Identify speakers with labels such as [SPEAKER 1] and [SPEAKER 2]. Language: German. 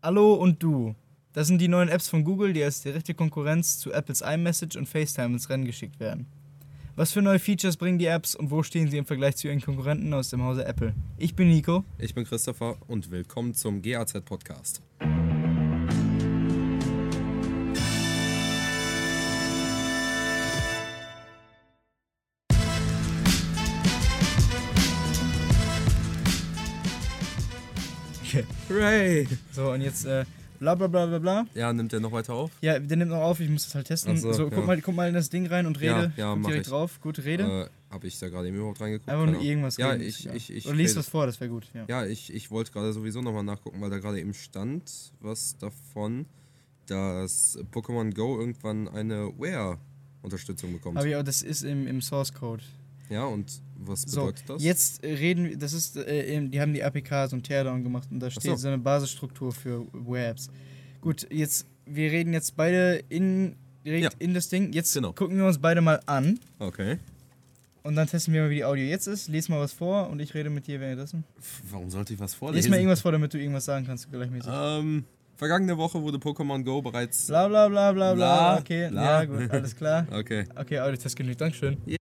[SPEAKER 1] Allo und Du. Das sind die neuen Apps von Google, die als direkte Konkurrenz zu Apples iMessage und FaceTime ins Rennen geschickt werden. Was für neue Features bringen die Apps und wo stehen sie im Vergleich zu ihren Konkurrenten aus dem Hause Apple? Ich bin Nico.
[SPEAKER 2] Ich bin Christopher und willkommen zum GAZ-Podcast. Hooray!
[SPEAKER 1] So, und jetzt äh, bla bla bla bla bla.
[SPEAKER 2] Ja, nimmt der noch weiter auf?
[SPEAKER 1] Ja, der nimmt noch auf, ich muss das halt testen.
[SPEAKER 2] Ach so,
[SPEAKER 1] so, guck,
[SPEAKER 2] ja.
[SPEAKER 1] mal, guck mal in das Ding rein und
[SPEAKER 2] Ja,
[SPEAKER 1] rede.
[SPEAKER 2] ja,
[SPEAKER 1] Guck
[SPEAKER 2] mach
[SPEAKER 1] direkt
[SPEAKER 2] ich.
[SPEAKER 1] drauf. Gut, rede.
[SPEAKER 2] Äh, Habe ich da gerade eben überhaupt reingeguckt?
[SPEAKER 1] Einfach
[SPEAKER 2] Keine
[SPEAKER 1] nur
[SPEAKER 2] Ahnung.
[SPEAKER 1] irgendwas
[SPEAKER 2] Ja,
[SPEAKER 1] reden, ist
[SPEAKER 2] ich,
[SPEAKER 1] egal.
[SPEAKER 2] ich, ich.
[SPEAKER 1] Oder liest
[SPEAKER 2] rede.
[SPEAKER 1] was vor, das wäre gut. Ja.
[SPEAKER 2] Ja, ich, ich wollte gerade sowieso nochmal nachgucken, weil da gerade eben stand, was davon, dass Pokémon Go irgendwann eine Wear-Unterstützung bekommt.
[SPEAKER 1] Aber ja, das ist im, im Source Code.
[SPEAKER 2] Ja, und was
[SPEAKER 1] So,
[SPEAKER 2] bedeutet das?
[SPEAKER 1] jetzt äh, reden wir, das ist, äh, eben- die haben die APKs und Teardown gemacht und da steht
[SPEAKER 2] so.
[SPEAKER 1] so. eine Basisstruktur für Webs. Gut, jetzt, wir reden jetzt beide in, direkt
[SPEAKER 2] Ja.
[SPEAKER 1] in das Ding. Jetzt
[SPEAKER 2] Genau.
[SPEAKER 1] gucken wir uns beide mal an
[SPEAKER 2] Okay.
[SPEAKER 1] und dann testen wir mal, wie die Audio jetzt ist. Lies mal was vor und ich rede mit dir währenddessen.
[SPEAKER 2] Pff, Warum sollte ich was
[SPEAKER 1] Lies
[SPEAKER 2] vorlesen?
[SPEAKER 1] mal irgendwas vor, damit du irgendwas sagen kannst, gleichmäßig.
[SPEAKER 2] ähm, vergangene Woche wurde Pokémon Go bereits.
[SPEAKER 1] Bla bla bla bla bla.
[SPEAKER 2] Bla,
[SPEAKER 1] Okay,
[SPEAKER 2] bla.
[SPEAKER 1] ja gut, alles klar.
[SPEAKER 2] Okay.
[SPEAKER 1] Okay, Audio-Test genügt, Dankeschön.